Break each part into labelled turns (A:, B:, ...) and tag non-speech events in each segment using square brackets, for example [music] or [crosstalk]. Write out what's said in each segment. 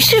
A: 是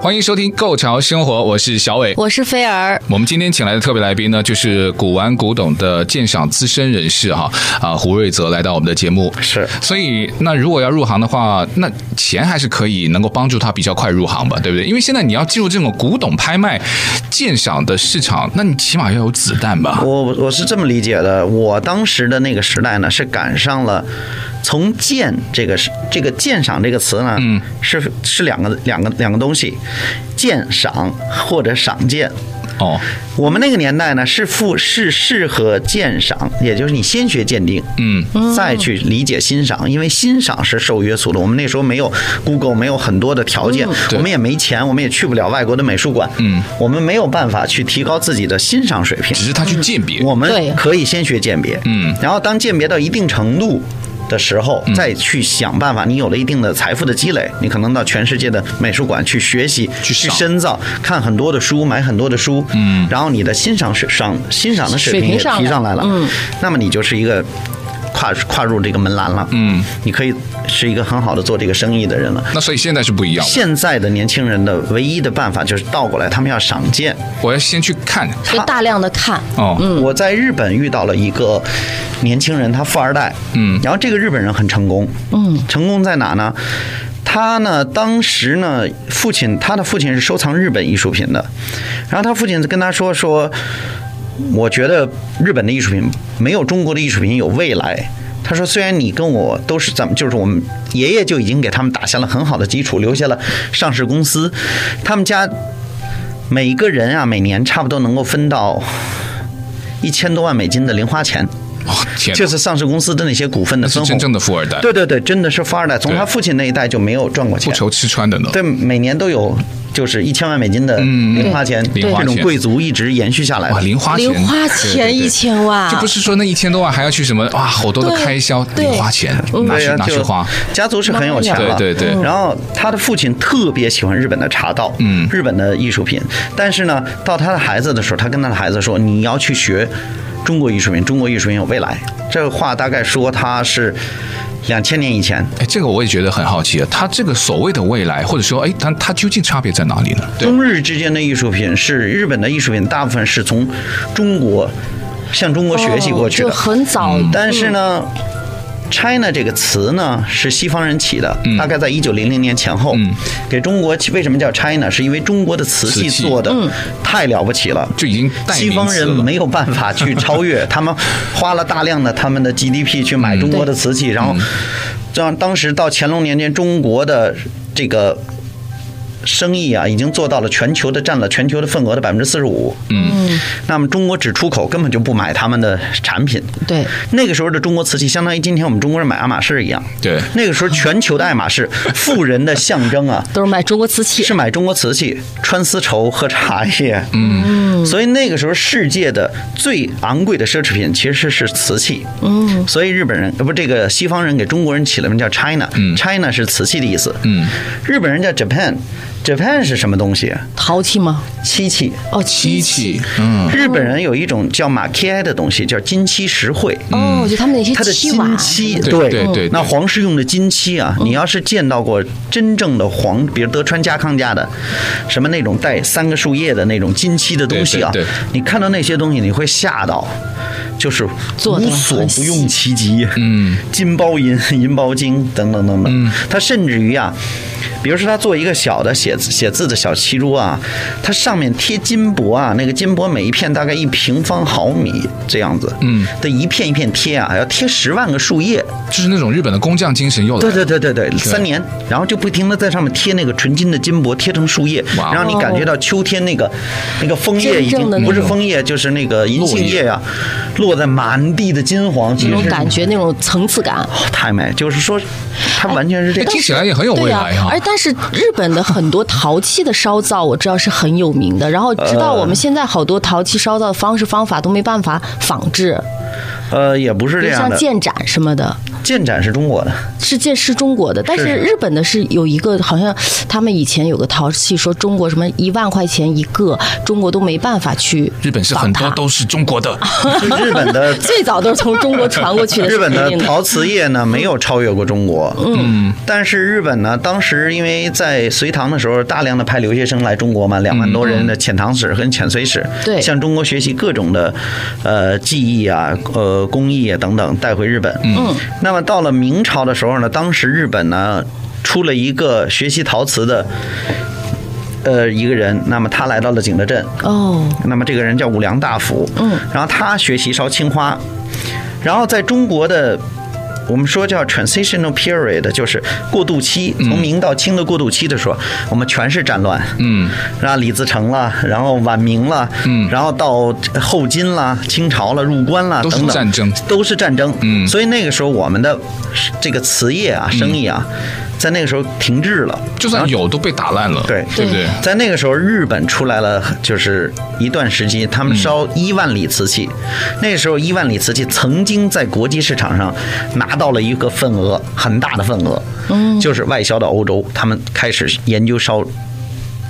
B: 欢迎收听《购潮生活》，我是小伟。
C: 我是菲儿，
B: 我们今天请来的特别来宾呢，就是古玩古董的鉴赏资深人士哈啊胡瑞泽来到我们的节目。
D: 是
B: 所以，那如果要入行的话，那钱还是可以能够帮助他比较快入行吧，对不对？因为现在你要进入这种古董拍卖鉴赏的市场，那你起码要有子弹吧？
D: [laughs] 我我是这么理解的，我当时的那个时代呢，是赶上了从鉴这个是这个鉴赏这个词呢，嗯，是是两个两个两个东西，鉴赏或者赏鉴。
B: 哦，
D: 我们那个年代呢，是复是适合鉴赏，也就是你先学鉴定，
B: 嗯，
D: 再去理解欣赏，因为欣赏是受约束的。我们那时候没有 Google，没有很多的条件，
B: 对
D: 我们也没钱，我们也去不了外国的美术馆，嗯，我们没有办法去提高自己的欣赏水平
B: 只。是他去鉴别。
D: 我
C: 对
D: 们可以先学鉴别，
B: 嗯，
D: 然后当鉴别到一定程度。的时候，再去想办法。你有了一定的财富的积累，你可能到全世界的美术馆去学习、
B: 去
D: 去
B: 赏
D: 深造，看很多的书，买很多的书，嗯，然后你的欣赏水赏欣赏的水
C: 水
D: 平也
C: 平上来
D: 提上来了，
C: 嗯，
D: 那么你就是一个跨跨入这个门栏了，嗯，你可以是一个很好的做这个生意的人了。
B: 那所以现在是不一样的，
D: 现在的年轻人的唯一的办法就是倒过来，他们要赏鉴，
B: 我要先去看
C: 就大量的看，
B: 哦，
D: 我在日本遇到了一个年轻人，他富二代，
B: 嗯
D: 然后这个日本人很成功，嗯，成功在哪呢？他呢，当时呢，父亲他的父亲是收藏日本艺术品的，然后他父亲跟他说说，我觉得日本的艺术品没有中国的艺术品有未来。他说：“虽然你跟我都是咱们，就是我们爷爷就已经给他们打下了很好的基础，留下了上市公司，他们家每一个人啊，每年差不多能够分到一千多万美金的零花钱，
B: 哦天哪，
D: 就是上市公司的那些股份的
B: 那是
D: 分红。
B: 真正的富二代，
D: 对对对，真的是富二代，从
B: 对
D: 他父亲那一代就没有赚过
B: 不
D: 钱。
B: 愁吃穿的呢。
D: 对，每年都有就是一千万美金的零花钱，
B: 嗯对零花
D: 这种
B: 钱
D: 贵族一直延续下来
B: 哇，
D: 的。
B: 零花钱，
C: 零花钱一千万，
B: 就不是说那一千多万还要去什么哇，好多的
C: 啊对
B: 开销，
C: 对
B: 零花钱拿
D: 嗯对
B: 去
D: 呀，
B: 拿去
D: 就
B: 花，
D: 家族是很有钱了，
B: 对对对
D: 然后他的父亲特别喜欢日本的茶道，
B: 嗯
D: 日本的艺术品。但是呢，到他的孩子的时候，他跟他的孩子说：“你要去学中国艺术品，中国艺术品有未来。”这个话大概说他是两千年以前，
B: 哎，这个我也觉得很好奇啊，他这个所谓的未来，或者说，哎，他他究竟差别在哪里呢？
D: 中日之间的艺术品是日本的艺术品，大部分是从中国向中国学习过去的，嗯
C: 哦就很早，
D: 但是呢。China 这个词呢是西方人起的，
B: 嗯
D: 大概在一九零零年前后，给中国起为什么叫 China？是因为中国的瓷器
B: 瓷器
D: 做的太了不起了，
B: 就已经代
D: 西
B: 名
D: 方
B: 词
D: 人
B: 了。
D: 没有办法去
B: [laughs]
D: 超越，他们花了大量的他们的 GDP 去买中国的瓷
B: 嗯
D: 器，然后让当时到乾隆年间，中国的这个生意啊，已经做到了全球的占了全球的份额的百分之四十五。嗯，那么中国只出口，根本就不买他们的产品。
C: 对，
D: 那个时候的中国瓷器，相当于今天我们中国人买爱马仕一样。
B: 对
D: 那个时候全球的爱马 [laughs] 仕，富人的象征啊，
C: 都是卖中国瓷器
D: 是，买中国瓷器，穿丝绸，喝茶叶。嗯，所以那个时候世界的最昂贵的奢侈品其实是瓷器。嗯，所以日本人呃不，这个西方人给中国人起了名叫 China，China、China 是瓷器的意思。嗯，日本人叫 Japan，Japan 是什么东西？啊
C: 陶器吗？
D: 漆器。
C: 哦，
B: 机
C: 漆，
B: 器，嗯，
D: 日本人有一种叫马 K I 的东西，叫金漆石绘。
C: 哦，就他们那些
D: 嗯它的
C: 漆
D: 金
C: 碗，嗯
D: 漆，
B: 对对对对
D: 那皇室用的金漆啊，你要是见到过真正的皇，比如德川家康家的，什么那种带三个树叶的那种金漆的东西啊
B: 对对对，
D: 你看到那些东西，你会吓到，就是
C: 做得
D: 无所
C: 很
D: 不
C: 细
D: 用其极，嗯，金包银、 [laughs] 银包金等等等
C: 嗯
D: 等，它甚至于啊。比如说，他做一个小的写字写字的小漆桌啊，它上面贴金箔啊，那个金箔每一片大概一平方毫米这样子，嗯，的一片一片贴啊，要贴十万个树叶，
B: 就是那种日本的工匠精神又来
D: 对
B: 了。
D: 对对对对，三年，然后就不停的在上面贴那个纯金的金箔，贴成树叶，
B: 哇哦
D: 让你感觉到秋天那个那个枫叶
C: 真
D: 已经
C: 正的那
D: 不是
C: 种
D: 枫叶，就是那个银杏叶呀、落在满地的金黄，其
C: 那
D: 实
C: 种
D: 是
C: 感觉，那种层次感。
D: 哦太美，就是说它完全是这
B: 哎
D: 个。
B: 听起来也很有未来
C: 对呀
B: 哈
C: 而但但是日本的很多陶器的烧造，我知道是很有名的。然后
D: 呃
C: 知道我们现在好多陶器烧造的方式方法都没办法仿制，
D: 呃，也不是
C: 比如
D: 这样
C: 像
D: 的。
C: 剑斩什么的，
D: 建展是中国的，
C: 是剑是中国的，但是
D: 是
C: 日本的是有一个好像他们以前有个陶器说中国什么一万块钱一个，中国都没办法去
B: 日本是
C: 仿
B: 很多
C: 它
B: 都是中国的，
D: 日本
C: [laughs]
D: 的
C: 最早都是从中国传过去
D: [laughs]
C: 的，
D: 日本
C: 是
D: 的
C: 肯定
D: 陶瓷业呢，没有超越过中国。嗯，但是日本呢，当时因为在隋唐的时候，大量的派留学生来中国嘛，两万多人的遣唐使跟遣隋使，
C: 嗯对
D: 向中国学习各种的呃技艺啊、呃工艺啊等等，带回日本。嗯，那么到了明朝的时候呢，当时日本呢出了一个学习陶瓷的。呃，一个人，那么他来到了景德镇，
C: 哦，
D: 那么这个人叫武良大辅，嗯，然后他学习烧青花，然后在中国的我们说叫 transitional period，就是过渡期，
B: 嗯
D: 从明到清的过渡期的时候，我们全是战乱，嗯，然后李自成了，然后晚明了，嗯，然后到后金啦、清朝了、入关啦
B: 都是
D: 等等
B: 战争
D: 都是战争，
B: 嗯
D: 所以那个时候我们的这个瓷业啊、生意
B: 嗯
D: 啊，在那个时候停滞了，
B: 就算有都被打烂了，
D: 对
B: 对不对？
D: 在那个时候，日本出来了，就是一段时期，他
B: 嗯
D: 们烧伊万里瓷器。那个时候，伊万里瓷器曾经在国际市场上拿到了一个份额，很大的份额，嗯，就是外销到欧洲，他们开始研究烧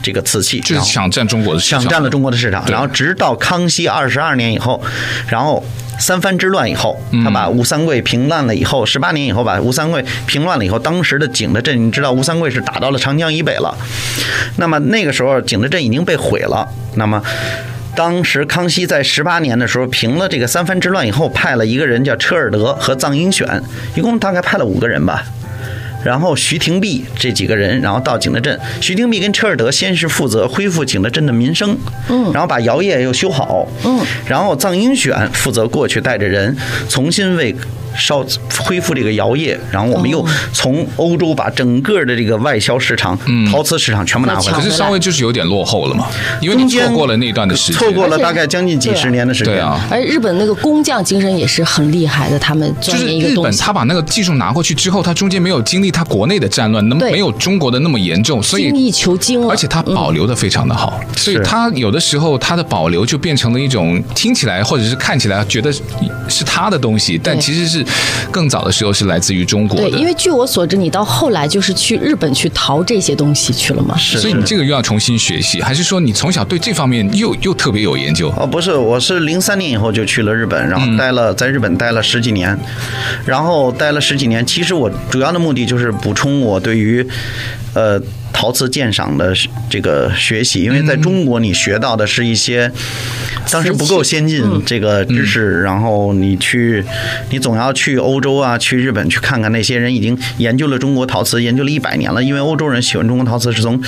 D: 这个瓷器，
B: 就是
D: 然后
B: 抢占中国的市场，
D: 抢占了中国的市场。
B: 对
D: 然后直到康熙二十二年以后，然后三藩之乱以后，他把吴三桂平乱了以后，十八年以后把吴三桂平乱了以后，当时的景德镇，你知道吴三桂是打到了长江以北了。那么那个时候景德镇已经被毁了。那么。当时康熙在十八年的时候，平了这个三藩之乱以后，派了一个人叫车尔德和臧英选，一共大概派了五个人吧。然后徐廷弼这几个人，然后到景德镇。徐廷弼跟车尔德先是负责恢复景德镇的民生，嗯，然后把窑业又修好，嗯，然后臧英选负责过去带着人重新为烧恢复这个窑业，然后我们又从欧洲把整个的这个外销市场、
B: 嗯
D: 陶瓷市场全部拿回
C: 抢
D: 来
B: 可
C: 回。
B: 是
C: 来
B: 稍微就是有点落后了嘛，因为你
D: 中间
B: 错过了那段的时间，
D: 错过了大概将近几十年的时间。
B: 对啊。
C: 而日本那个工匠精神也是很厉害的，他们
B: 就
C: 钻
B: 是
C: 研一个
B: 日
C: 东
B: 本，
C: 西，
B: 他把那个技术拿过去之后，他中间没有经历他国内的战乱，那么
C: 对
B: 没有中国的那么严重，所以
C: 精益求精啊嗯了。
B: 而且它保留的非常的好，所以它有的时候它的保留就变成了一种听起来或者是看起来觉得是它的东西，但
C: 对
B: 其实是更早的时候是来自于中国
C: 对，因
B: 的。
C: 为据我所知，你到后来就是去日本去淘这些东西去了嘛？
D: 是
B: 所以你这个又要重新学习，还是说你从小对这方面又又特别有研究？
D: 哦，不是，我是零三年以后就去了日本，然后待了、在日本待了十几年，然后待了十几年。其实我主要的目的就是补充我对于，呃。陶瓷鉴赏的这个学习，因为在中国你学到的是一些当时不够先进
C: 嗯
D: 这个知识，然后你去，你总要去欧洲啊，去日本去看看那些人已经研究了中国陶瓷，研究了一百年了。因为欧洲人喜欢中国陶瓷是从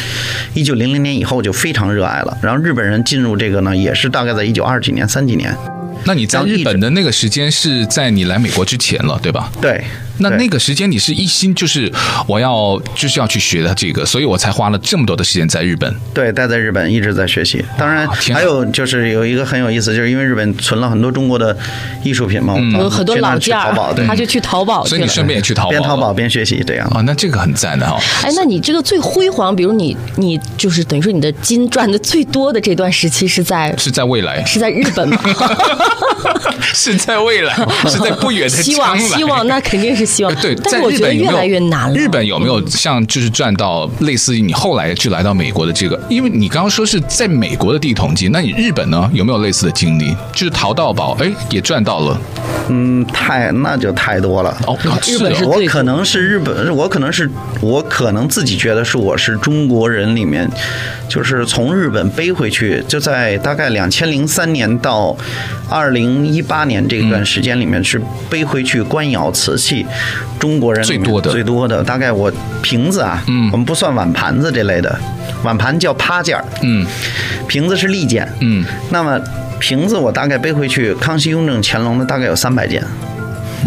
D: 一九零零年以后就非常热爱了，然后日本人进入这个呢，也是大概在一九二几年、三几年。
B: 那你在
D: 然后一
B: 日
D: 直
B: 本的那个时间是在你来美国之前了，对吧？
D: 对，
B: 那
D: 对
B: 那个时间你是一心就是我要就是要去学的这个，所以我才花了这么多的时间在日本。
D: 对，待在日本一直在学习。当
C: 啊
D: 然，
B: 天哪
D: 还有就是有一个很有意思，就是因为日本存了很多中国的艺术品嘛，我
C: 嗯有很多
D: 去那
C: 老
D: 儿去
C: 件
D: 淘
C: 儿嗯
D: 宝，，对
C: 他，就去淘宝
B: 嗯所
C: 去
B: 以你
C: 哦了。
B: 顺便也去淘宝了，
D: 边淘宝边学习这样。
B: 啊，那这个很赞的哈、
C: 哎，那你这个最辉煌，比如你你就是等于说你的金赚的最多的这段时期是在
B: 是在未
C: [laughs]
B: 来，
C: 是在日本吧？
B: 是在未来，是 [laughs] 在不远的
C: [laughs] 希
B: 将来。
C: 望希望那肯定是希望
B: 呃。 [laughs] 对，
C: 但
B: 在
C: 是我
B: 日
C: 觉得
B: 本有
C: 越
B: 没有
C: 来越难了。
B: 日本有没有像就是赚到类似于你后来去来到美国的这个？因为你刚刚说是在美国的地统计，那你日本呢有没有类似的经历？就是淘到宝，哎，也赚到了
D: 嗯，太那就太多了。
B: 哦，
C: 日本
B: 哦
C: 是
D: 我
C: 最
D: 可能是日本，我可能是我可能自己觉得是我是中国人里面，就是从日本背回去，就在大概两千零三年到二零一八年
B: 嗯
D: 这段时间里面，是背回去官窑瓷器，中国人里面
B: 最多的
D: 最多的，大概我瓶子啊，嗯，我们不算碗盘子这类的，碗盘叫趴件儿，
B: 嗯
D: 瓶子是立件，
B: 嗯，
D: 那么瓶子我大概背回去，康熙、雍正、乾隆的大概有三百件。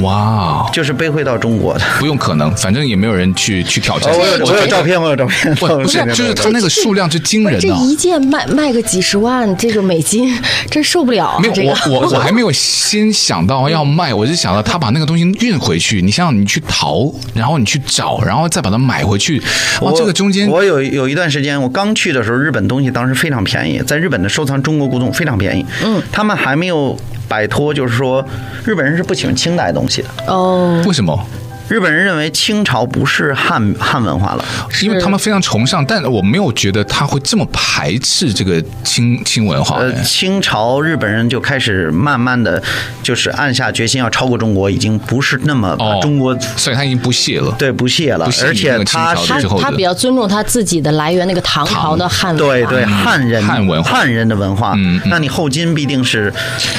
B: 哇哦，
D: 就是背会到中国的。
B: 不用可能，反正也没有人去去挑战。
D: 哦，我有我有照片，我有照片。
B: 不是，就是它那个数量之惊人
C: 这
B: 啊！
C: 一件卖卖个几十万，这个美金真受不了啊！
B: 没有
C: 这，个
B: 我我
C: [laughs]
B: 我还没有先想到要卖，我是想到他把那个东西运回去。你想想，你去淘，然后你去找，然后再把它买回去，哇，
D: 我
B: 这个中间
D: 我有有一段时间，我刚去的时候，日本东西当时非常便宜，在日本的收藏中国古董非常便宜。嗯，他们还没有摆脱，就是说日本人是不喜欢清代东西的。
C: 哦，
B: 为什么？
D: 日本人认为清朝不是汉汉文化了，呃
B: 因为他们非常崇尚，但我没有觉得他会这么排斥这个清清文化。
D: 呃，
B: 哎
D: 清朝日本人就开始慢慢的就是暗下决心要超过中国，已经不是那么把
B: 哦
D: 中国、
B: 所以他已经不屑了。
D: 对不屑了
B: 不，屑
D: 而
B: 那
D: 且
B: 个清朝
D: 他
B: 的
D: 是
C: 他
B: 之后的
C: 他比较尊重他自己的来源那个唐朝的汉文化
D: 对对，汉人
B: 汉文化
D: 汉人的文化，
B: 嗯嗯
D: 那你后金必定是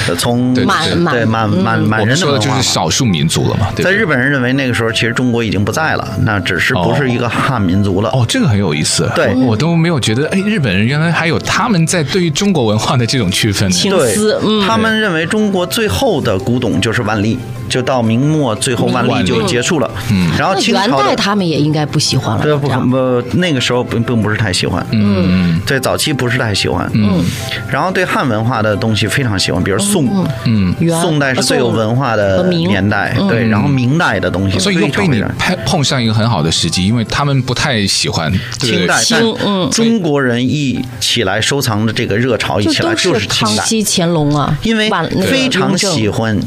D: 呃从
B: 对
C: 满
D: 对
C: 满嗯
D: 对满满满
B: 我们
D: 人的
B: 说的
D: 文
B: 就
D: 化
B: 是
D: 嘛。
B: 少数民族了嘛，对不
D: 在
B: 对
D: 日本人认为那个时候，其实中国已经不在了，那只是不
B: 哦
D: 是一个汉民族了。
B: 哦，这个很有意思，
D: 对
B: 我我都没有觉得，哎，日本人原来还有他们在对于中国文化的这种区分呢。
C: 情
D: 对
C: 丝，嗯，
D: 他们认为中国最后的古董就是万历，就到明末最后万
B: 万
D: 历
B: 历
D: 就结束了。嗯，然后
C: 那
D: 清
C: 元
D: 朝
C: 代
D: 的
C: 他们也应该不喜欢了，
D: 这不
C: 啊这样
D: 不那个时候并并不是太喜欢。嗯，对，早期不是太喜欢。嗯，然后对汉文化的东西非常喜欢，比如宋，嗯
C: 元
D: 宋代是最有文化的
C: 啊和明嗯
D: 年代，对，然后明代的东西
B: 啊所以
D: 非
B: 又被
D: 常非
B: 你
D: 常。
B: 碰碰上一个很好的时机，因为他们不太喜欢，对
D: 清
B: 不对
D: 代？，但
C: 清嗯
D: 中国人一起来收藏的这个热潮一
C: 就
D: 起来
C: 都
D: 就是是清
C: 康
D: 代，
C: 熙、乾隆啊，
D: 因为
C: 晚那个
D: 非常
C: 雍正
D: 喜欢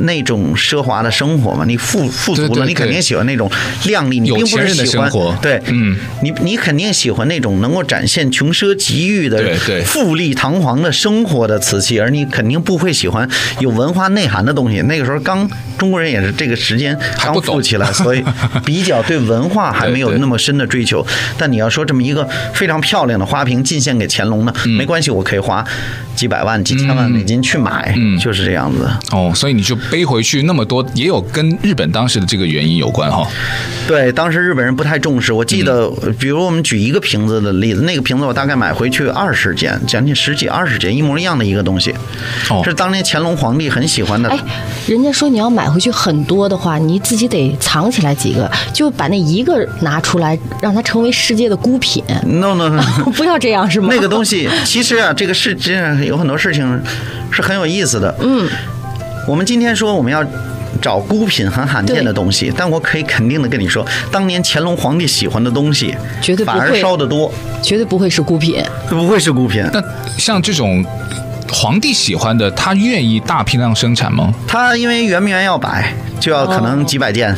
D: 那种奢华的生活嘛，你富富足
B: 对对
D: 了，
B: 对
D: 你肯定喜欢那种靓丽，你
B: 有
D: 并不
B: 钱
D: 是
B: 人的
D: 喜欢
B: 生活
D: 对，
B: 嗯，
D: 你你肯定喜欢那种能够展现穷奢极欲的
B: 对对
D: 富丽堂皇的生活的瓷器，而你肯定不会喜欢有文化内涵的东西。那个时候刚中国人也是这个时间
B: 还
D: 刚
B: 不懂
D: 富起来，啊所以比较对文化还没有
B: 对对
D: 那么深的追求。但你要说这么一个非常漂亮的花瓶进献给乾隆呢，
B: 嗯
D: 没关系，我可以花几百万、几千万美金去买，
B: 嗯
D: 就是这样子。
B: 哦，所以你就背回去那么多，也有跟日本当时的这个原因有关哈、
D: 对，当时日本人不太重视。我记得，
B: 嗯
D: 比如我们举一个瓶子的例子，那个瓶子我大概买回去二十件，将近十几二十件，一模一样的一个东西，
B: 哦
D: 是当年乾隆皇帝很喜欢的。
C: 哎，人家说你要买回去很多的话，你自己得藏起来几个，就把那一个拿出来，让它成为世界的孤品。
D: no no no，
C: 不要这样是吗？
D: [laughs] 那个东西，其实啊，这个世界上有很多事情是很有意思的。嗯，我们今天说我们要。找孤品很罕见
C: 对
D: 的东西，但我可以肯定的跟你说，当年乾隆皇帝喜欢的东西，
C: 绝对不
D: 反而
C: 会
D: 烧得多，
C: 绝对不会是孤品。
D: 不会是孤品。
B: 那像这种皇帝喜欢的，他愿意大批量生产吗？
D: 他因为圆明园要摆，就要可
C: 哦
D: 能几百件；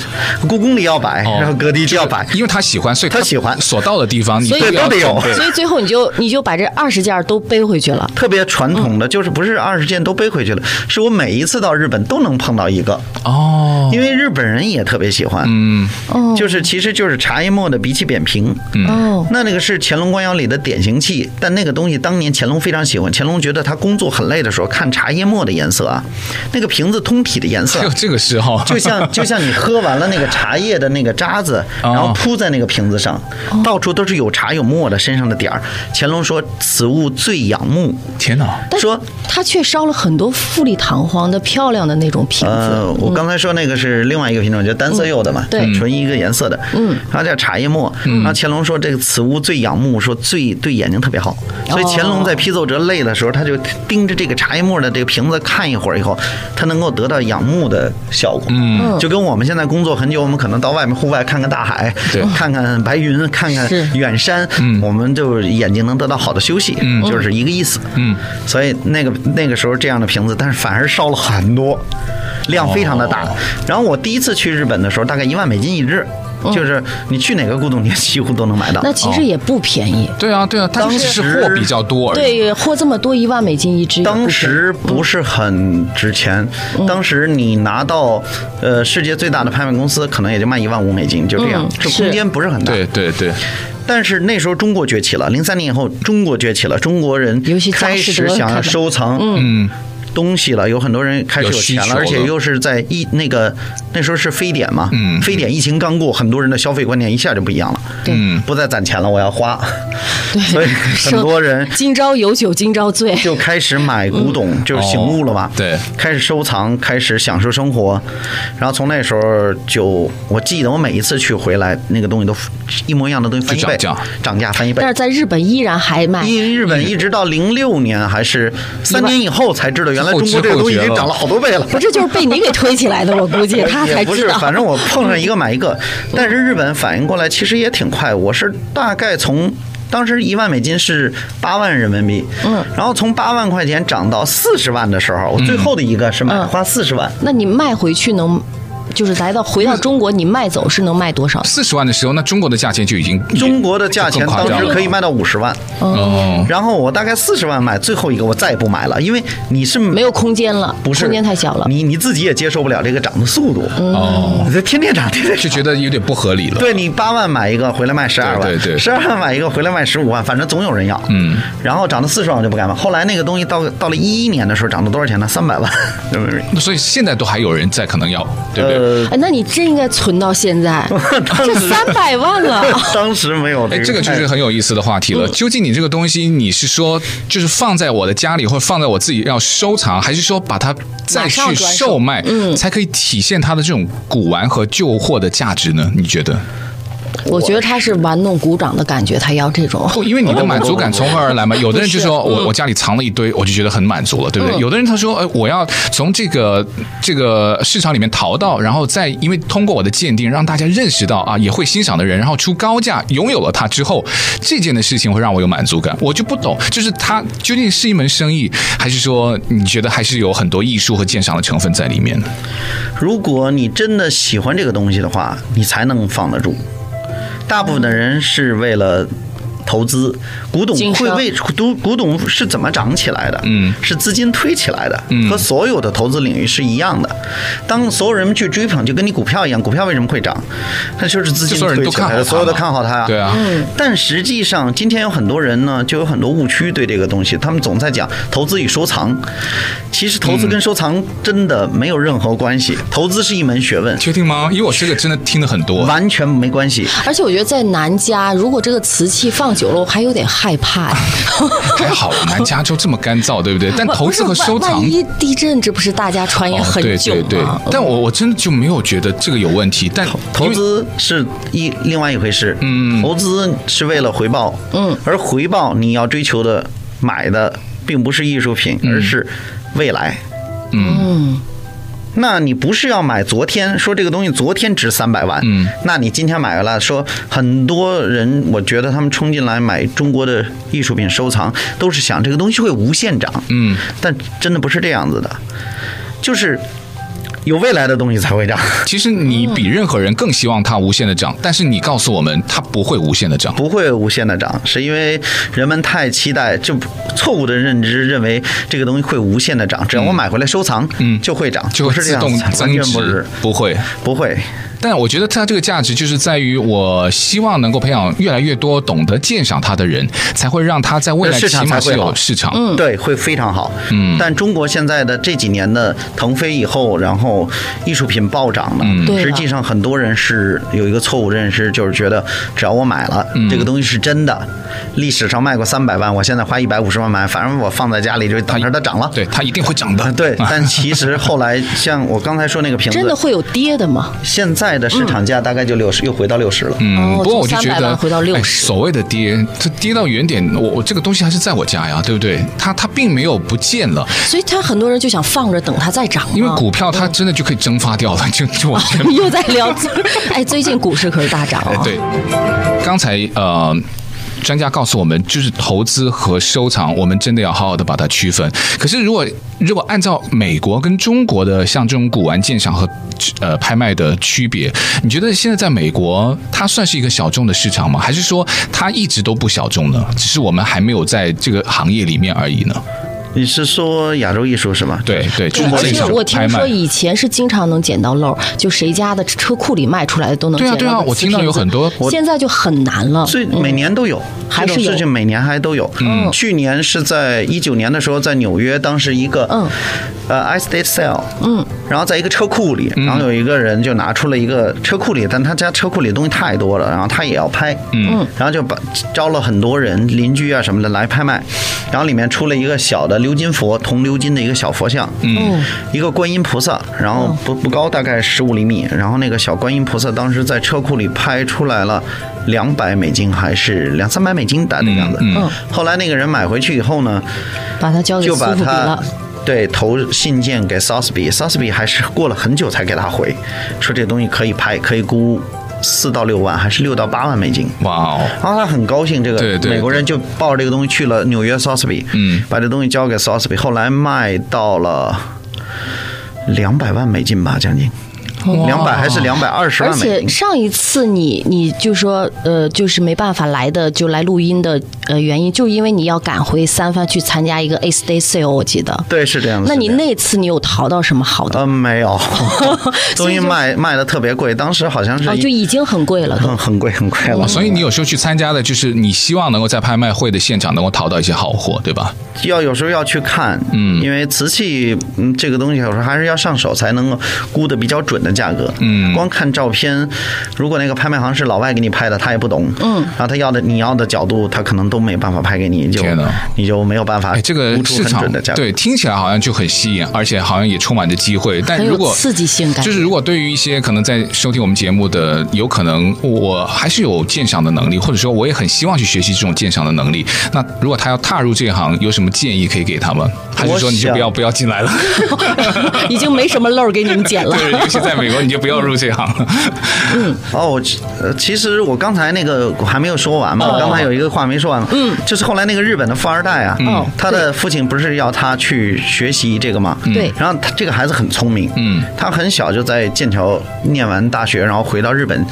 D: 故宫里要摆，
B: 哦
D: 然后各地就要摆。
B: 因为他喜欢，所以
D: 哎他喜欢
B: 所到的地方，你
C: 所以
B: 非要
D: 都得有对 [laughs]
C: 所以最后你就你就把这二十件儿都背回去了。
D: 特别传统的，就是不是二十件都背回去了，是我每一次到日本都能碰到一个，
B: 哦，
D: 因为日本人也特别喜欢，
B: 嗯，
C: 哦
D: 就是其实就是茶叶末的鼻涕扁平，
C: 哦，
D: 那那个是乾隆官窑里的典型器，但那个东西当年乾隆非常喜欢，乾隆觉得他工作很累的时候看茶叶末的颜色啊，那个瓶子通体的颜
B: [laughs]
D: 色
B: 还有，这个时候，
D: 就像就像你喝完了那个茶叶的那个渣子，
B: 哦
D: 然后铺在那个瓶子上，到处都是有茶有沫的身上的点儿。乾隆说此物最养目，
B: 天哪，
C: 但
D: 说
C: 他却烧了很多富丽堂皇的、漂亮的那种瓶子。
D: 呃，我刚才说那个是另外一个品种，就单色釉的嘛，
C: 对
D: 纯一个颜色的，嗯，然后叫茶叶沫，
B: 嗯
D: 然后乾隆说这个此物最养目，说最对眼睛特别好，所以乾隆在批奏折累的时候，他就盯着这个茶叶沫的这个瓶子看一会儿以后，他能够得到仰慕的效果，
B: 嗯
D: 就跟我们现在工作很久，我们可能到外面户外看看大海，
B: 对
D: 看看白云，看看
C: 是
D: 远山，
B: 嗯
D: 我们就眼睛能得到好的休息，就是一个意思，
B: 嗯，
D: 所以那个那个时候这样的瓶子，但是反而烧了很多，量非常的大。
B: 哦
D: 然后我第一次去日本的时候，大概一万美金一只，就是你去哪个古董店几乎都能买到
C: 嗯那。其实也不便宜，
D: 哦
B: 对啊，对啊，他只是货比较多而已。
C: 对，货这么多，一万美金一只也不便宜。
D: 当时不是很值钱，
C: 嗯
D: 当时你拿到呃世界最大的拍卖公司，可能也就卖一万五美金，就这样
C: 嗯，
D: 这
C: 是
D: 空间不是很大。
B: 对对对，
D: 但是那时候中国崛起了，零三年以后中国崛起了，中国人
C: 尤其佳
D: 开
C: 士
D: 始
C: 得
D: 想
C: 开
D: 要
C: 的
D: 收藏，嗯。东西了，有很多人开始有
B: 有需
D: 钱了，
B: 求
D: 而且
B: 了
D: 又是在疫那个那时候是非典嘛，
B: 嗯
D: 非典疫情刚过，很多人的消费观念一下就不一样了，
C: 对
D: 嗯，不再攒钱了，我要花，
C: [laughs] 对，
D: 所以很多人
C: 说 [laughs] 今朝有酒今朝醉，
D: 就开始买古董，就醒悟了嘛
B: 嗯哦，对
D: 开始收藏，开始享受生活，然后从那时候就，我记得我每一次去回来，那个东西都一模一样的东西翻一
B: 就
D: 倍，
B: 涨价
D: 涨价翻一倍
C: 但。是在日本依然还卖。
D: 一日本一直到零六年还是三年以后才知道，原来中国这个东西已经涨了好多倍了。
C: 不，这就是被你给推起来的，我
B: [laughs]
C: 估计他才
D: 也不
C: 知
D: 是，
C: 道。嗯
D: 反正我碰上一个买一个。但是日本反应过来其实也挺快，我是大概从。当时一万美金是八万人民币，嗯，然后从八万块钱涨到四十万的时
C: 嗯
D: 候，我最后的一个是买、花四十万，
C: 那你卖回去能，就是来到回到中国，你卖走是能卖多少？
B: 四十万的时候，那中国的价钱就已经
D: 中国嗯的价钱
B: 就更夸
D: 当
B: 张
D: 时
B: 了
D: 可以卖到五十万，
C: 嗯
B: 哦，
D: 然后我大概四十万买最后一个，我再也不买了，因为你是
C: 没有空间了，
D: 不是
C: 空间太小了。嗯
D: 你你自己也接受不了这个涨的速度，
B: 哦，
D: 你这天天涨，天天涨
B: 就觉得有点不合理了。
D: 对你八万买一个回来卖十二万，
B: 对对对
D: 十二万买一个回来卖十五万，反正总有人要。嗯，然后涨到四十万我就不敢买。后来那个东西到到了一一年的时候涨到多少钱呢？三百万人民币。
B: 那所以现在都还有人在可能要，对不对？
D: 呃，
C: 哎，那你真应该存到现
B: [laughs]
C: 在，这 [laughs] 三百万了。
D: [laughs]
C: [laughs]
D: 当时没有
B: 哎，
D: 个，
B: 这个就是很有意思的话题
D: 嗯
B: 了。究竟你这个东西，你是说就是放在我的家里，或者放在我自己要收藏，还是说把它再
C: 马
B: 去
C: 上转嗯手
B: 售卖，才可以体现它的这种古玩和旧货的价值呢？你觉得？
C: 我觉得他是玩弄鼓掌的感觉，他要这种。
B: 不，因为你的满足感从何而来嘛？有的人就
C: 嗯
B: 说我我家里藏了一堆，我就觉得很满足了，对不对？有的人他说，哎，我要从这个这个市场里面淘到，然后再因为通过我的鉴定，让大家认识到啊，也会欣赏的人，然后出高价拥有了它之后，这件的事情会让我有满足感。我就不懂，就是它究竟是一门生意，还是说你觉得还是有很多艺术和鉴赏的成分在里面呢？
D: 如果你真的喜欢这个东西的话，你才能放得住。大部分的人是为了。投资古董
C: 经
D: 会
C: 商
D: 为古古董是怎么涨起来的？
B: 嗯
D: 是资金推起来的，
B: 嗯
D: 和所有的投资领域是一样的。当所有人去追捧，就跟你股票一样，股票为什么会涨？它就是资
B: 就
D: 金
B: 所有人
D: 推
B: 都
D: 起
B: 看
D: 来
B: 好
D: 的，
B: 它，
D: 所有的看好它呀。
B: 对啊，
D: 但实际上，今天有很多人呢，就有很多误区对这个东西，他们总在讲投资与收藏。其实投资跟收藏真的没有任何关系，投资是一门学问，
B: 确定吗？因为我这个真的听了很多，
D: 完全没关系。
C: 而且我觉得在南家，如果这个瓷器放久了，我还有点害怕。
B: 还好南加州这么干燥，对不 [laughs] 对？但投资和收
C: 万
B: 藏
C: 万。一地震，这不是大家传言
B: 哦，
C: 哎很
B: 对
C: 久
B: 对
C: 吗？
B: 对，但我我真的就没有觉得这个有问题，但
D: 投
B: 因为
D: 资是一另外一回事，
B: 嗯
D: 投资是为了回报，嗯，而回报你要追求的买的并不是艺术品，而是未来，
B: 嗯，
D: 那你不是要买昨天说这个东西昨天值三百万，
B: 嗯，
D: 那你今天买了，说很多人，我觉得他们冲进来买中国的艺术品收藏，都是想这个东西会无限涨，
B: 嗯，
D: 但真的不是这样子的，就是有未来的东西才会涨，
B: 其实你
C: 嗯
B: 比任何人更希望它无限的涨，但是你告诉我们它不会无限的涨，
D: 不会无限的涨，是因为人们太期待，就错误的认知认为这个东西会无限的涨，只要我买回来收藏，
B: 嗯
D: 就会涨，
B: 就
D: 不
B: 会
D: 是这
B: 自
D: 样
B: 动
D: 子，完
B: 增
D: 全不是
B: 值，，不会。
D: 不会。
B: 但我觉得它这个价值就是在于，我希望能够培养越来越多懂得鉴赏它的人，才会让它在未来
D: 市
B: 起
D: 场
B: 码
D: 才会
B: 是有
D: 好
B: 市场。
C: 嗯
D: 对，会非常好。嗯，但中国现在的这几年的腾飞以后，然后艺术品暴涨呢，
B: 嗯
C: 对啊
D: 实际上很多人是有一个错误认识，就是觉得只要我买了、
B: 嗯
D: 这个东西是真的，历史上卖过三百万，我现在花一百五十万买，反正我放在家里就等着它涨了。
B: 对，它一定会涨
D: 啊
B: 的。
D: 对，但其实后来像我刚才说那个瓶
C: 真的
D: 子，
C: 会有跌的吗？
D: 现在的市场价大概就六十，又回到六十了。
B: 嗯，
C: 哦
B: 不过我就
C: 从
B: 觉
C: 300
B: 得
C: 万回到60
B: 哎所谓的跌，它跌到原点，我我这个东西还是在我家呀，对不对？它它并没有不见了，
C: 所以他很多人就想放着等它再涨嘛。
B: 因为股票它真的就可以蒸发掉了，就就完全
C: [laughs] 又在聊，哎，最近股市可是大涨啊。
B: 哎对。刚才呃。专家告诉我们，就是投资和收藏，我们真的要好好的把它区分。可是，如果如果按照美国跟中国的像这种古玩鉴赏和呃拍卖的区别，你觉得现在在美国，它算是一个小众的市场吗？还是说它一直都不小众呢？只是我们还没有在这个行业里面而已呢？
D: 你是说亚洲艺术是吗？
B: 对对，
C: 对
B: 中国
C: 而
B: 的一
C: 且
B: 场
C: 我
B: 拍
C: 听
B: 卖
C: 说。以前是经常能捡到漏儿，就谁家的车库里卖出来的都能
B: 对啊
C: 捡到
B: 对啊，
C: 个
B: 我嗯
C: 瓷
B: 听到
C: 瓶
B: 有
C: 子
B: 很多
C: 现在就很难了。
D: 所以每年都有，
C: 嗯还是
D: 这种事情
C: 有
D: 每年还都有。嗯，去年是在一九年的时候，在纽约，当时一个
C: 嗯，
D: 呃，estate sale，嗯，然后在一个车库里，然后有一个人就拿出了一个车库里，但他家车库里东西太多了，然后他也要拍，嗯，然后就把招了很多人，邻居啊什么的来拍卖，然后里面出了一个小的鎏金佛，铜鎏金的一个小佛像，嗯，一个观音菩萨，然后不不高，大概十五厘米，然后那个小观音菩萨当时在车库里拍出来了两百美金还是两三百美金大的样子，
B: 嗯
C: 嗯
D: 后来那个人买回去以后呢，
C: 把它交给
D: 就
C: 苏富
D: 把
C: 比
D: 他
C: 了。
D: 对投信件给 Sotheby，Sotheby 还是过了很久才给他回，说这东西可以拍，可以估四到六万，还是六到八万美金。
B: 哇哦，
D: 然后他很高兴，这个
B: 对对
D: 美国人就抱着这个东西去了纽约 Sotheby，
B: 嗯
D: 把这东西交给 Sotheby，后来卖到了两百万美金吧，将近两百还是两百二十
C: 而
D: 万美金。
C: 且上一次你你就说呃，就是没办法来的就来录音的呃原因，就是因为你要赶回三藩去参加一个 A Stay Sale，我记得。
D: 对，是这样的。
C: 那
D: 是
C: 你
D: 这样的
C: 那次你有淘到什么好的？
D: 呃没有，
C: [laughs]
D: [laughs]
C: 所
D: 东
C: 以
D: 西
C: 就
D: 卖卖的特别贵，当时好像是
C: 哦，就
D: 一
C: 已经很贵了。
D: 呃很很贵很贵了。
B: 哦所以你有时候去参加的，就是你希望能够在拍卖会的现场能够淘到一些好货，对吧？
D: 要有时候要去看，嗯，因为瓷器，嗯，这个东西有时候还是要上手才能够估的比较准的价格，嗯，光看照片，如果那个拍卖行是老外给你拍的，他也不懂，嗯，然后他要的你要的角度，他可能都没办法拍给你，就
B: 天哪
D: 你就没有办法
B: 哎，这个
D: 估出
B: 市
D: 很
B: 场
D: 准的价格，
B: 对听起来好像就很吸引，而且好像也充满着机会。但
C: 很有
B: 如果
C: 刺激性感
B: 就是如果对于一些可能在收听我们节目的，有可能我还是有鉴赏的能力，或者说我也很希望去学习这种鉴赏的能力。那如果他要踏入这行，有什么建议可以给他们？还是说你就
D: 想
B: 不要不要进来了？
C: [laughs]
B: [laughs]
C: 已经没什么漏儿给你们捡了。
B: 对，尤其在美国，你就不要入这行
D: [laughs]
B: 了。
D: 哦，我其呃其实我刚才那个我还没有说完嘛，
B: 哦
D: 我刚才有一个话没说完嘛，嗯，就是后来那个日本的富二代啊，
C: 嗯
D: 他的父亲不是要他去学习这个嘛，
C: [laughs] 对
D: 然后他这个孩子很聪明，
B: 嗯，
D: 他很小就在剑桥念完大学，然后回到日本，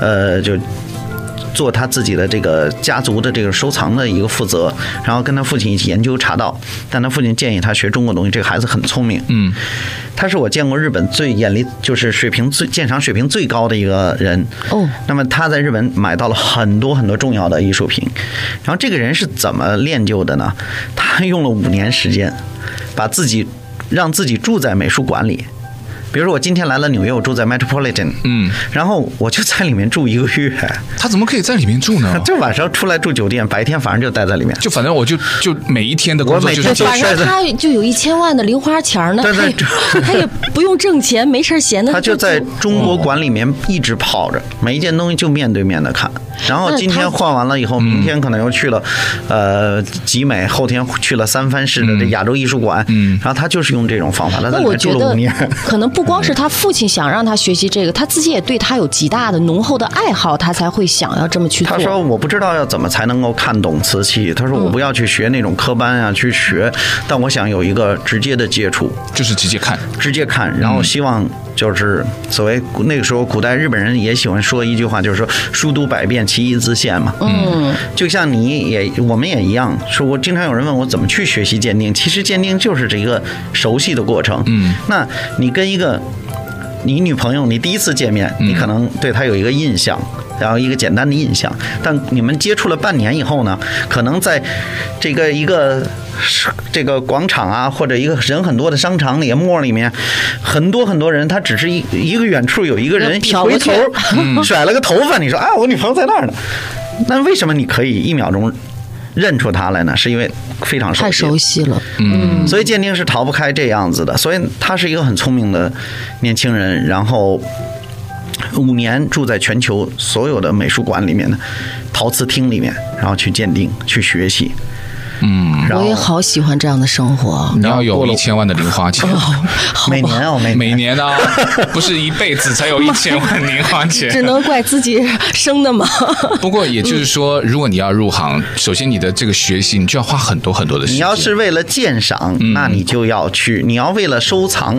D: 呃，就。做他自己的这个家族的这个收藏的一个负责，然后跟他父亲一起研究茶道，但他父亲建议他学中国东西，这个孩子很聪明，
B: 嗯，
D: 他是我见过日本最眼力就是水平最鉴赏水平最高的一个人
C: 哦
D: 那么他在日本买到了很多很多重要的艺术品，然后这个人是怎么练就的呢？他用了五年时间，把自己让自己住在美术馆里。比如说，我今天来了纽约，我住在 Metropolitan，
B: 嗯，
D: 然后我就在里面住一个月，
B: 他怎么可以在里面住呢？
D: 就晚上出来住酒店，白天反正就待在里面。
B: 就反正我就就每一天的工
D: 我
B: 作
D: 每
B: 就
D: 天
B: 是
D: 都
C: 反正他就有一千万的零花钱儿呢，
D: 对
C: 他也
D: 对
C: 他
D: [laughs]
C: 也不用挣钱，没事儿闲 [laughs] 的
D: 他就在中国馆里面一直泡着，每一件东西就面对面的看。然后
C: 那
D: 今天
C: 他
D: 换完了以后，明天可能又去了，呃，集美，后天去了三藩市的这亚洲艺术馆。嗯，然后他就是用这种方法，他
C: 那
D: 在里
C: 我
D: 面
C: 觉
D: 住了
C: 得
D: 五年。
C: [laughs] 可能不光是他父亲想让他学习这个，他自己也对他有极大的浓厚的爱好，他才会想要这么去做。
D: 他说：“我不知道要怎么才能够看懂瓷器。”他说：“
C: 嗯
D: 我不要去学那种科班啊，去学，但我想有一个直接的接触。”
B: 就是直接看，
D: 直接看，然后希望就是所谓古那个时候古代日本人也喜欢说一句话，就是说“书读百遍，其义自现”嘛。嗯，就像你也我们也一样，说我经常有人问我怎么去学习鉴定，其实鉴定就是这一个熟悉的过程。嗯，那你跟一个。你女朋友，你第一次见面，你可能对她有一个印象，然后一个简单的印象。但你们接触了半年以后呢，可能在这个一个这个广场啊，或者一个人很多的商场里、陌里面，很多很多人，他只是一一个远处有一个人一
C: 瞟过
D: 回
C: 去
D: 头， [laughs] 甩了个头发，你说啊，我女朋友在那儿呢。那为什么你可以一秒钟认出她来呢？是因为非常熟悉，
C: 太熟悉嗯了，
D: 嗯所以鉴定是逃不开这样子的。所以他是一个很聪明的年轻人，然后五年住在全球所有的美术馆里面的陶瓷厅里面，然后去鉴定、去学习。嗯，然
C: 我也
D: 后
C: 好喜欢这样的生活。
B: 你要有一千万的零花
D: 哦
B: 钱。
D: 嗯每年哦，每
B: 每年呢、啊
D: [laughs]
B: 不是一辈子才有一千万零花钱，
C: 只能怪自己生的嘛，
B: 不过也就是说，如果你要入行，首先你的这个学习，你就要花很多很多的时
D: 嗯你
B: 间。
D: 要是为了嗯鉴赏，那你就要去；你要为了收藏，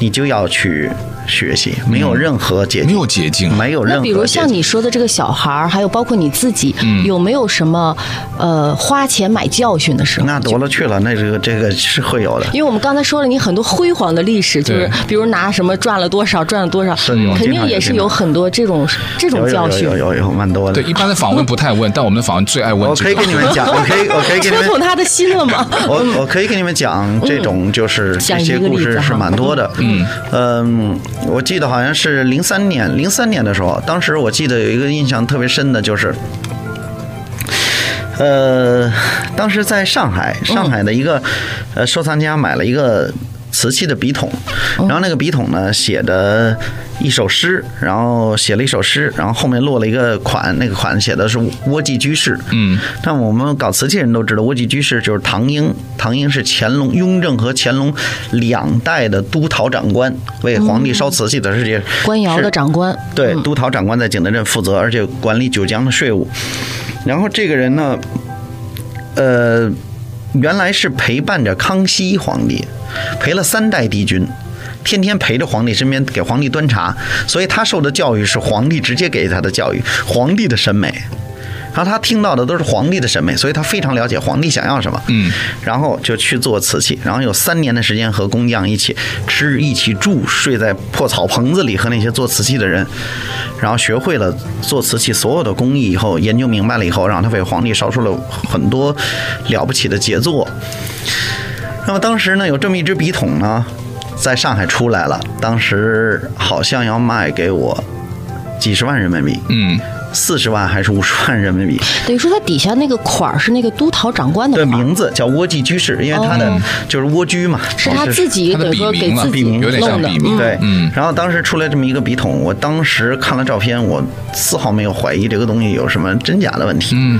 D: 你就要去学习，没有任何捷
B: 没
D: 径，
B: 有捷径啊。
D: 嗯没有任
C: 那
D: 何。
C: 比如像你，说的这个小孩儿，还有包括你自己，
D: 嗯
C: 有没有什么呃花钱买教训的时候？
D: 那多了去了，那这个这个是会有的。
C: 因为我们刚才说了，你很多辉煌的历史，就是
B: 对
C: 比如拿什么赚了多少，赚了多少，
D: 是有
C: 肯
D: 经
C: 定
D: 常
C: 也
D: 有
C: 是
D: 经
C: 有
D: 常
C: 很多这种这
D: 有
C: 种
D: 有
C: 教训
D: 有。有有有蛮多的
B: 对，。一般的访问不太问，但我们的访问最爱问
D: 我
B: 这
D: 可以
B: 个。
D: 跟你 [laughs] 们讲，我可以我
C: [laughs]
D: 可以跟你
C: 戳
D: 们
C: 痛他的心了吗？ [laughs]
D: 我我可以给你们
C: 嗯
D: 讲这种就是这些故事是蛮多的。嗯嗯，我记得好像是零三年，零三年的时候，当时我记得有一个印象特别深的就是。呃，当时在上海，上海的一个、呃收藏家买了一个瓷器的笔筒，
C: 哦
D: 然后那个笔筒呢写的一首诗，然后写了一首诗，然后后面落了一个款，那个款写的是窝寄居士。嗯，但我们搞瓷器人都知道，窝寄居士就是唐英，唐英是乾隆、雍正和乾隆两代的都陶长官，为皇帝烧瓷器的世界
C: 官窑的
D: 是
C: 长官，
D: 对，督陶长官在景德镇负责，而且管理九江的税务。然后这个人呢，呃，原来是陪伴着康熙皇帝，陪了三代帝君。天天陪着皇帝身边，给皇帝端茶，所以他受的教育是皇帝直接给他的教育，皇帝的审美。然后他听到的都是皇帝的审美，所以他非常了解皇帝想要什么。嗯，然后就去做瓷器，然后有三年的时间和工匠一起吃、一起住，睡在破草棚子里，和那些做瓷器的人，然后学会了做瓷器所有的工艺以后，研究明白了以后，然后他为皇帝烧出了很多了不起的杰作。那么当时呢，有这么一支笔筒呢，在上海出来了，当时好像要卖给我几十万人民币。
B: 嗯，
D: 四十万还是五十万人民币？
C: 等于说他底下那个款儿是那个督陶长官的
D: 的
C: 款儿，
D: 名字叫窝寄居士，因为他的就是蜗居嘛，
C: 是他
D: 就
C: 自己
B: 他的
C: 等于说
B: 笔
C: 给
B: 名了
C: 自己
B: 笔名有点像
C: 弄的
B: 笔。名
C: 嗯
D: 对，然后当时出来这么一个笔筒，我当时看了照片，我丝毫没有怀疑这个东西有什么真假的问题。嗯，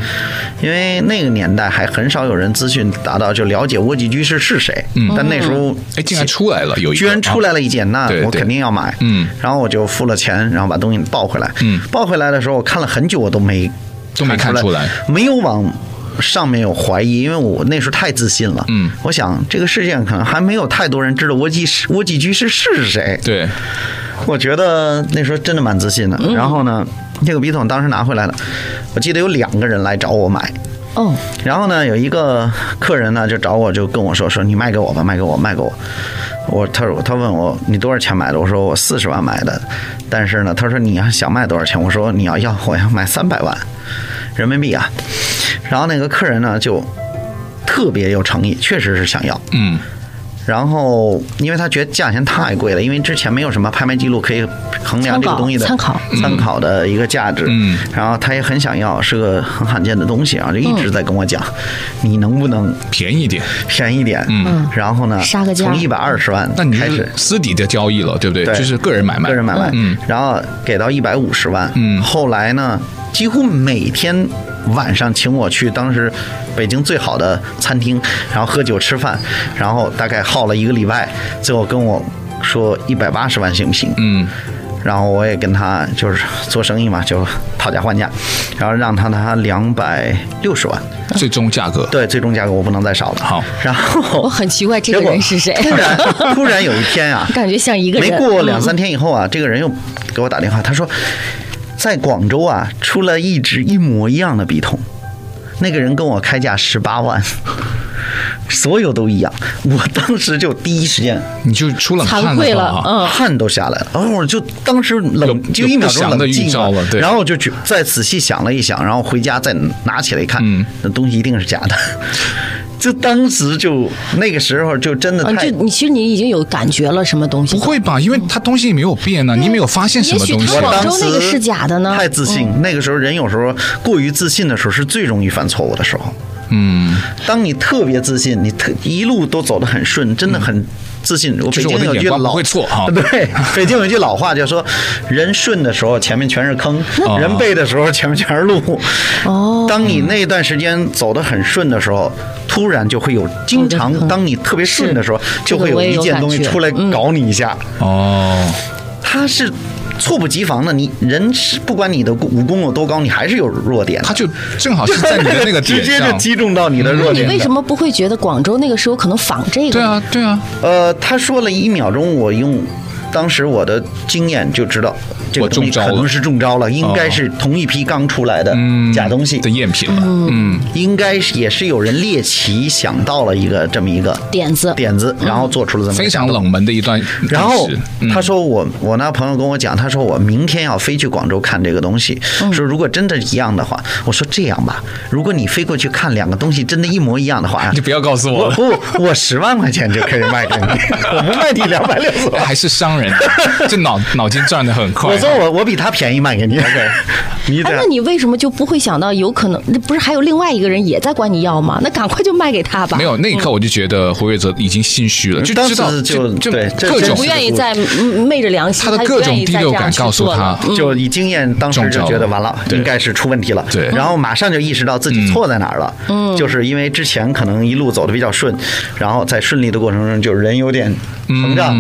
D: 因为那个年代还很少有人资讯达到就了解窝寄居士是谁。嗯，但那时
C: 哦
D: 候
B: 哎，竟然出来了，有一个啊
D: 居然出来了一件，那
B: 对
D: 我
B: 对
D: 肯定要买。
B: 嗯，
D: 然后我就付了钱，然后把东西抱回来。嗯，抱回来的时候，我看了很久，我都没
B: 都没看出来，
D: 没有往上面有怀疑，因为我那时候太自信了。
B: 嗯，
D: 我想这个世界上可能还没有太多人知道窝寄窝寄居士是谁。
B: 啊对，
D: 我觉得那时候真的蛮自信的。
B: 嗯
D: 然后呢，这个笔筒当时拿回来了，我记得有两个人来找我买。
C: 哦，
D: 然后呢，有一个客人呢就找我，就跟我说说你卖给我吧，卖给我，卖给我。我他说他问我你多少钱买的，我说我四十万买的，但是呢，他说你要想卖多少钱，我说你要要我要买三百万人民币啊。然后那个客人呢就特别有诚意，确实是想要。
B: 嗯，
D: 然后，因为他觉得价钱太贵了，因为之前没有什么拍卖记录可以衡量这个东西的
C: 参考
D: 参考的一个价值。
B: 嗯，
D: 然后他也很想要，是个很罕见的东西，然后就一直在跟我讲，你能不能
B: 便宜一点。
D: 便宜点？嗯，然后呢，
C: 杀个价
D: 从一百二十万
B: 那你
D: 开
B: 就
D: 始
B: 是，私底的交易了，对不对？
D: 对
B: 就是个人买卖，
D: 个人买卖，
B: 嗯，
D: 然后给到一百五十万，嗯，后来呢，几乎每天晚上请我去当时北京最好的餐厅，然后喝酒吃饭，然后大概耗了一个礼拜，最后跟我说一百八十万行不行？
B: 嗯，
D: 然后我也跟他就是做生意嘛，就讨价还价，然后让他拿两百六十万，
B: 最终价格，
D: 对，最终价格我不能再少了。
B: 好，
D: 然
C: 我
D: 后
C: 很奇怪这个
D: 结果
C: 人是谁，
D: 突然突然有一天啊，
C: [laughs] 感觉像一个人。嗯
D: 没过两三天以后啊，这个人又给我打电话，他说在广州啊出了一支一模一样的笔筒，那个人跟我开价十八万，所有都一样。我当时就第一时间
B: 你就出冷汗
C: 惭愧
B: 了
C: 了
B: 啊，，
C: 嗯，
D: 汗都下来了，然后我就当时冷
B: 有
D: 就一秒钟
B: 有不祥的
D: 冷
B: 预
D: 静
B: 兆了对
D: 然后我就去再仔细想了一想，然后回家再拿起来一看，
B: 嗯
D: 那东西一定是假的。 [laughs] 就当时就那个时候就真的
C: 嗯，
D: 太
C: 就你其实你已经有感觉了，什么东西
B: 不会吧？因为他东西没有变啊呢，你没有发现什么东
C: 也
B: 西
C: 许他
B: 啊
C: 往。
D: 当
C: 广州那个
D: 时
C: 是假的呢哦
D: 太自信，那个时候人有时候过于自信的时候是最容易犯错误的时候。
B: 嗯，
D: 当你特别自信，你特一路都走得很顺，真的很自信。我
B: 就嗯
D: 北
B: 是我
D: 京
B: 的
D: 有
B: 眼
D: 句
B: 光不
D: 老
B: 会错哈
D: [laughs] 对，北京有一句老话叫说，人顺的时候前面全是坑，
B: 哦
D: 人背的时候前面全是路。
C: 哦，
D: [laughs] 当你那段时间走得很顺的时候，突然就会有，
C: 哦
D: 经常当你特别顺的时候，
C: 这
D: 就
C: 个
D: 会有
C: 我也
D: 一
C: 有
D: 件
C: 感
D: 东西
C: 觉嗯
D: 出来搞你一下。
B: 哦，
D: 他是猝不及防的。你人是不管你的武功有多高，你还是有弱点的。
B: 他就正好是在你的那
D: [laughs]
B: 个
D: 直
B: 点
D: 接就
B: 上，
D: 击中到你的弱
C: 那你
D: 点。
C: 为什？么不会觉得广州那个时候可能仿这个？
B: 对，啊，对啊，
D: 呃，他说了一秒钟，我用当时我的经验就知道，这个
B: 我
D: 东西
B: 中招
D: 可
B: 了
D: 能是中招了，应该是同一批刚出来的假东西，
B: 嗯的赝品了。嗯，
D: 应该是也是有人猎奇想到了一个这么一个
C: 点子
D: 点子，然后做出了这么一个
B: 非常冷门的一段历史。
D: 然后
B: 嗯
D: 他说我我那朋友跟我讲，他说我明天要飞去广州看这个东西，
B: 嗯
D: 说如果真的一样的话，我说这样吧，如果你飞过去看两个东西真的一模一样
B: [laughs]
D: 的话，
B: 就不要告诉我
D: 我
B: 了，
D: 不我十万块钱就可以卖给你，我不卖你两百六十万。
B: 哎还是商人，这脑脑筋转的很 [laughs] 快。
D: 我说我我比他便宜卖给你， [laughs] 你
C: 哎，
D: 得
C: 那你为什么就不会想到有可能？那不是还有另外一个人也在管你要吗？那赶快就卖给他吧。
B: 没有，那一刻我就觉得胡月泽已经心虚了，就
D: 当
B: 知道
D: 时就
B: 就
D: 对这
B: 各
D: 这
B: 种
C: 不愿意再嗯昧着良心，
B: 他的
C: 不
B: 各种
C: 愿意
B: 第
C: 再
B: 六
C: 这样
B: 感
C: 去
B: 告诉
C: 做
B: 他
C: 了嗯
D: 就以经验，当时就觉得完了，
B: 中招了
D: 应该是出问题了。
B: 对
D: 然后马上就意识到自己错在哪儿了。嗯，就是因为之前可能一路走的比较顺，然后在顺利的过程中，就人有点膨胀，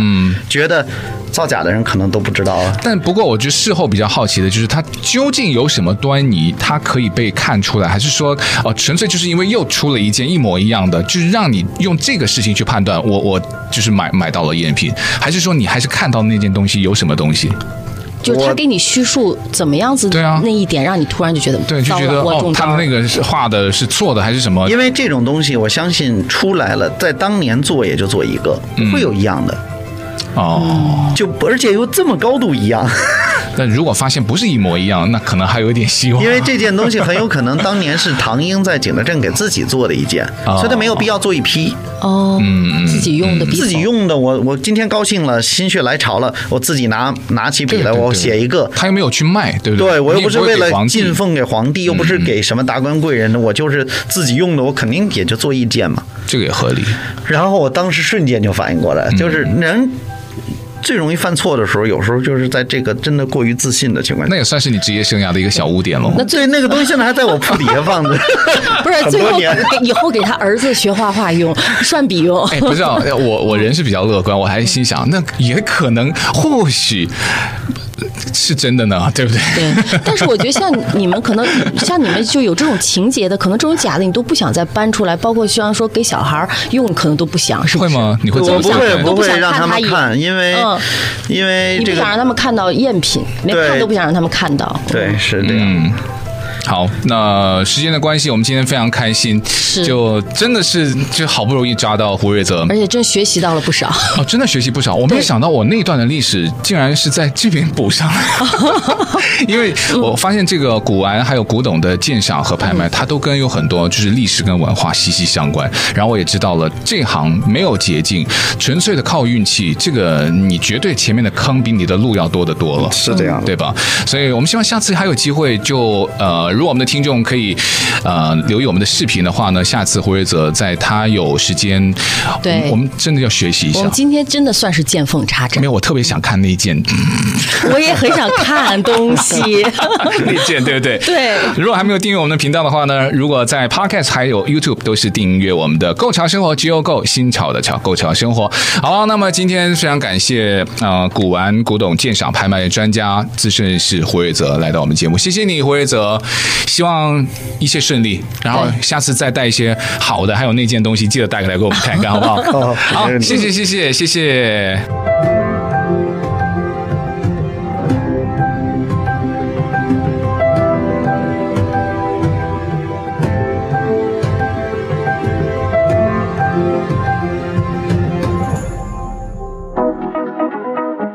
D: 觉得造假的人可能都不知道啊了。
B: 但不过，我觉得事后比较好奇的就是，它究竟有什么端倪，它可以被看出来，还是说，呃，纯粹就是因为又出了一件一模一样的，就是让你用这个事情去判断，我我就是买买到了赝品，还是说你还是看到那件东西有什么东西？
C: 就是他
D: 我
C: 给你叙述怎么样子
B: 对啊
C: 那一点，让你突然就觉得
B: 对，就
C: 糟
B: 觉
C: 了
B: 得
C: 我
B: 哦
C: 中，
B: 他
C: 招
B: 的
C: 了
B: 那个是画的是错的还是什么？
D: 因为这种东西，我相信出来了，在当年做也就做一个，不会有一样的，
B: 哦，
D: 就而且又这么高度一样，
B: 但如果发现不是一模一样，那可能还有一点希望。
D: 因为这件东西很有可能当年是唐英在景德镇给自己做的一件，
B: 哦
D: 所以他没有必要做一批。
C: 哦，
B: 嗯
C: 自己用的笔，
D: 自己。用的，我我今天高兴了，心血来潮了，我自己拿拿起笔来，
B: 对对
D: 我
B: 对
D: 写一个。
B: 他又没有去卖，对不对？
D: 对，我又
B: 你也
D: 不是为
B: 会给
D: 了
B: 皇帝
D: 进奉给皇帝，又不是给什么达官贵人的，我就是自己用的，我肯定也就做一件嘛。
B: 这个也合理。
D: 然后我当时瞬间就反应过来，就是人最容易犯错的时候，有时候就是在这个真的过于自信的情况
B: 那
D: 下。
B: 也算是你职业生涯的一个小污点喽。
D: 那最那个东西现在还在我铺底下放着，
C: 不是，
D: 很
C: 最
D: 多
C: 后
D: 年。
C: 给以后给他儿子学画画用， [laughs] 涮笔用。
B: 哎，不知道，我我人是比较乐观，我还心想，那也可能或许是真的呢，对不对？
C: 对，但是我觉得像你们可能像你们就有这种情节的，可能这种假的你都不想再搬出来，包括像说给小孩儿用，可能都不想，是
B: [laughs]
C: 不
B: 会
C: 是？
B: 吗？你会怎
D: 我
B: 么
D: 不
B: 想？
D: 会
C: 都
D: 不
C: 不
D: 会
C: 想
D: 让
C: 看
D: 他
C: 他
D: 们
C: 一
D: 看，因为
C: 嗯
D: 因为
C: 你
D: 这
C: 不
D: 个
C: 想让他们看到赝品，连
D: 对
C: 看都不想让他们看到。
D: 对是这样。
B: 好，那时间的关系，我们今天非常开心，就真的是就好不容易抓到胡瑞泽
C: 而，且真学习到了不少。
B: 哦，真的学习不少。我没有想到我那一段的历史竟然是在这边补上来，因为我发现这个古玩还有古董的鉴赏和拍卖，它都跟有很多就是历史跟文化息息相关。然后我也知道了，这行没有捷径，纯粹的靠运气，这个你绝对前面的坑比你的路要多得多了。
D: 是这样的
B: 对吧？所以我们希望下次还有机会就，呃，如果我们的听众可以呃留意我们的视频的话呢，下次胡瑞泽在他有时间，
C: 对
B: 我们我们真的要学习一
C: 我
B: 下
C: 们。今天真的算是见缝插针
B: 没，有，我特别想看那一件，
C: 我也很想看东西。
B: [laughs]
C: [laughs]
B: 那一件对不 [laughs] 对？
C: 对
B: 如果还没有订阅我们的频道的话呢，如果在 Podcast 还有 YouTube 都是订阅我们的“购潮生活 ”G O 购新潮的潮购潮生活。好，那么今天非常感谢呃古玩古董鉴赏拍卖专家资深人士胡瑞泽来到我们节目，谢谢你胡瑞泽，希望一切顺利，然后
C: 对
B: 下次再带一些好的，还有那件东西记得带来给我们看看，好不好？
D: 哦
B: 好，谢谢谢谢谢谢。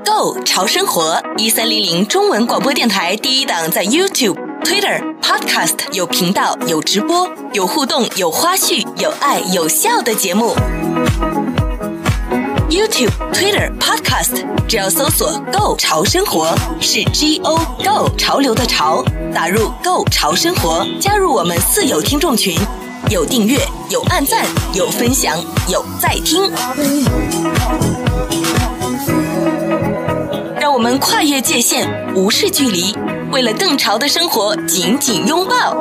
A: Go 潮生活一三零零中文广播电台第一档，在 YouTube、Twitter、Podcast 有频道、有直播、有互动、有花絮、有爱有笑的节目。YouTube、Twitter、Podcast，只要搜索“ Go 潮生活”是 G O Go 潮流的潮，打入“ Go 潮生活”，加入我们四有听众群，有订阅，有按赞，有分享，有在听。让我们跨越界限，无视距离，为了更潮的生活紧紧拥抱。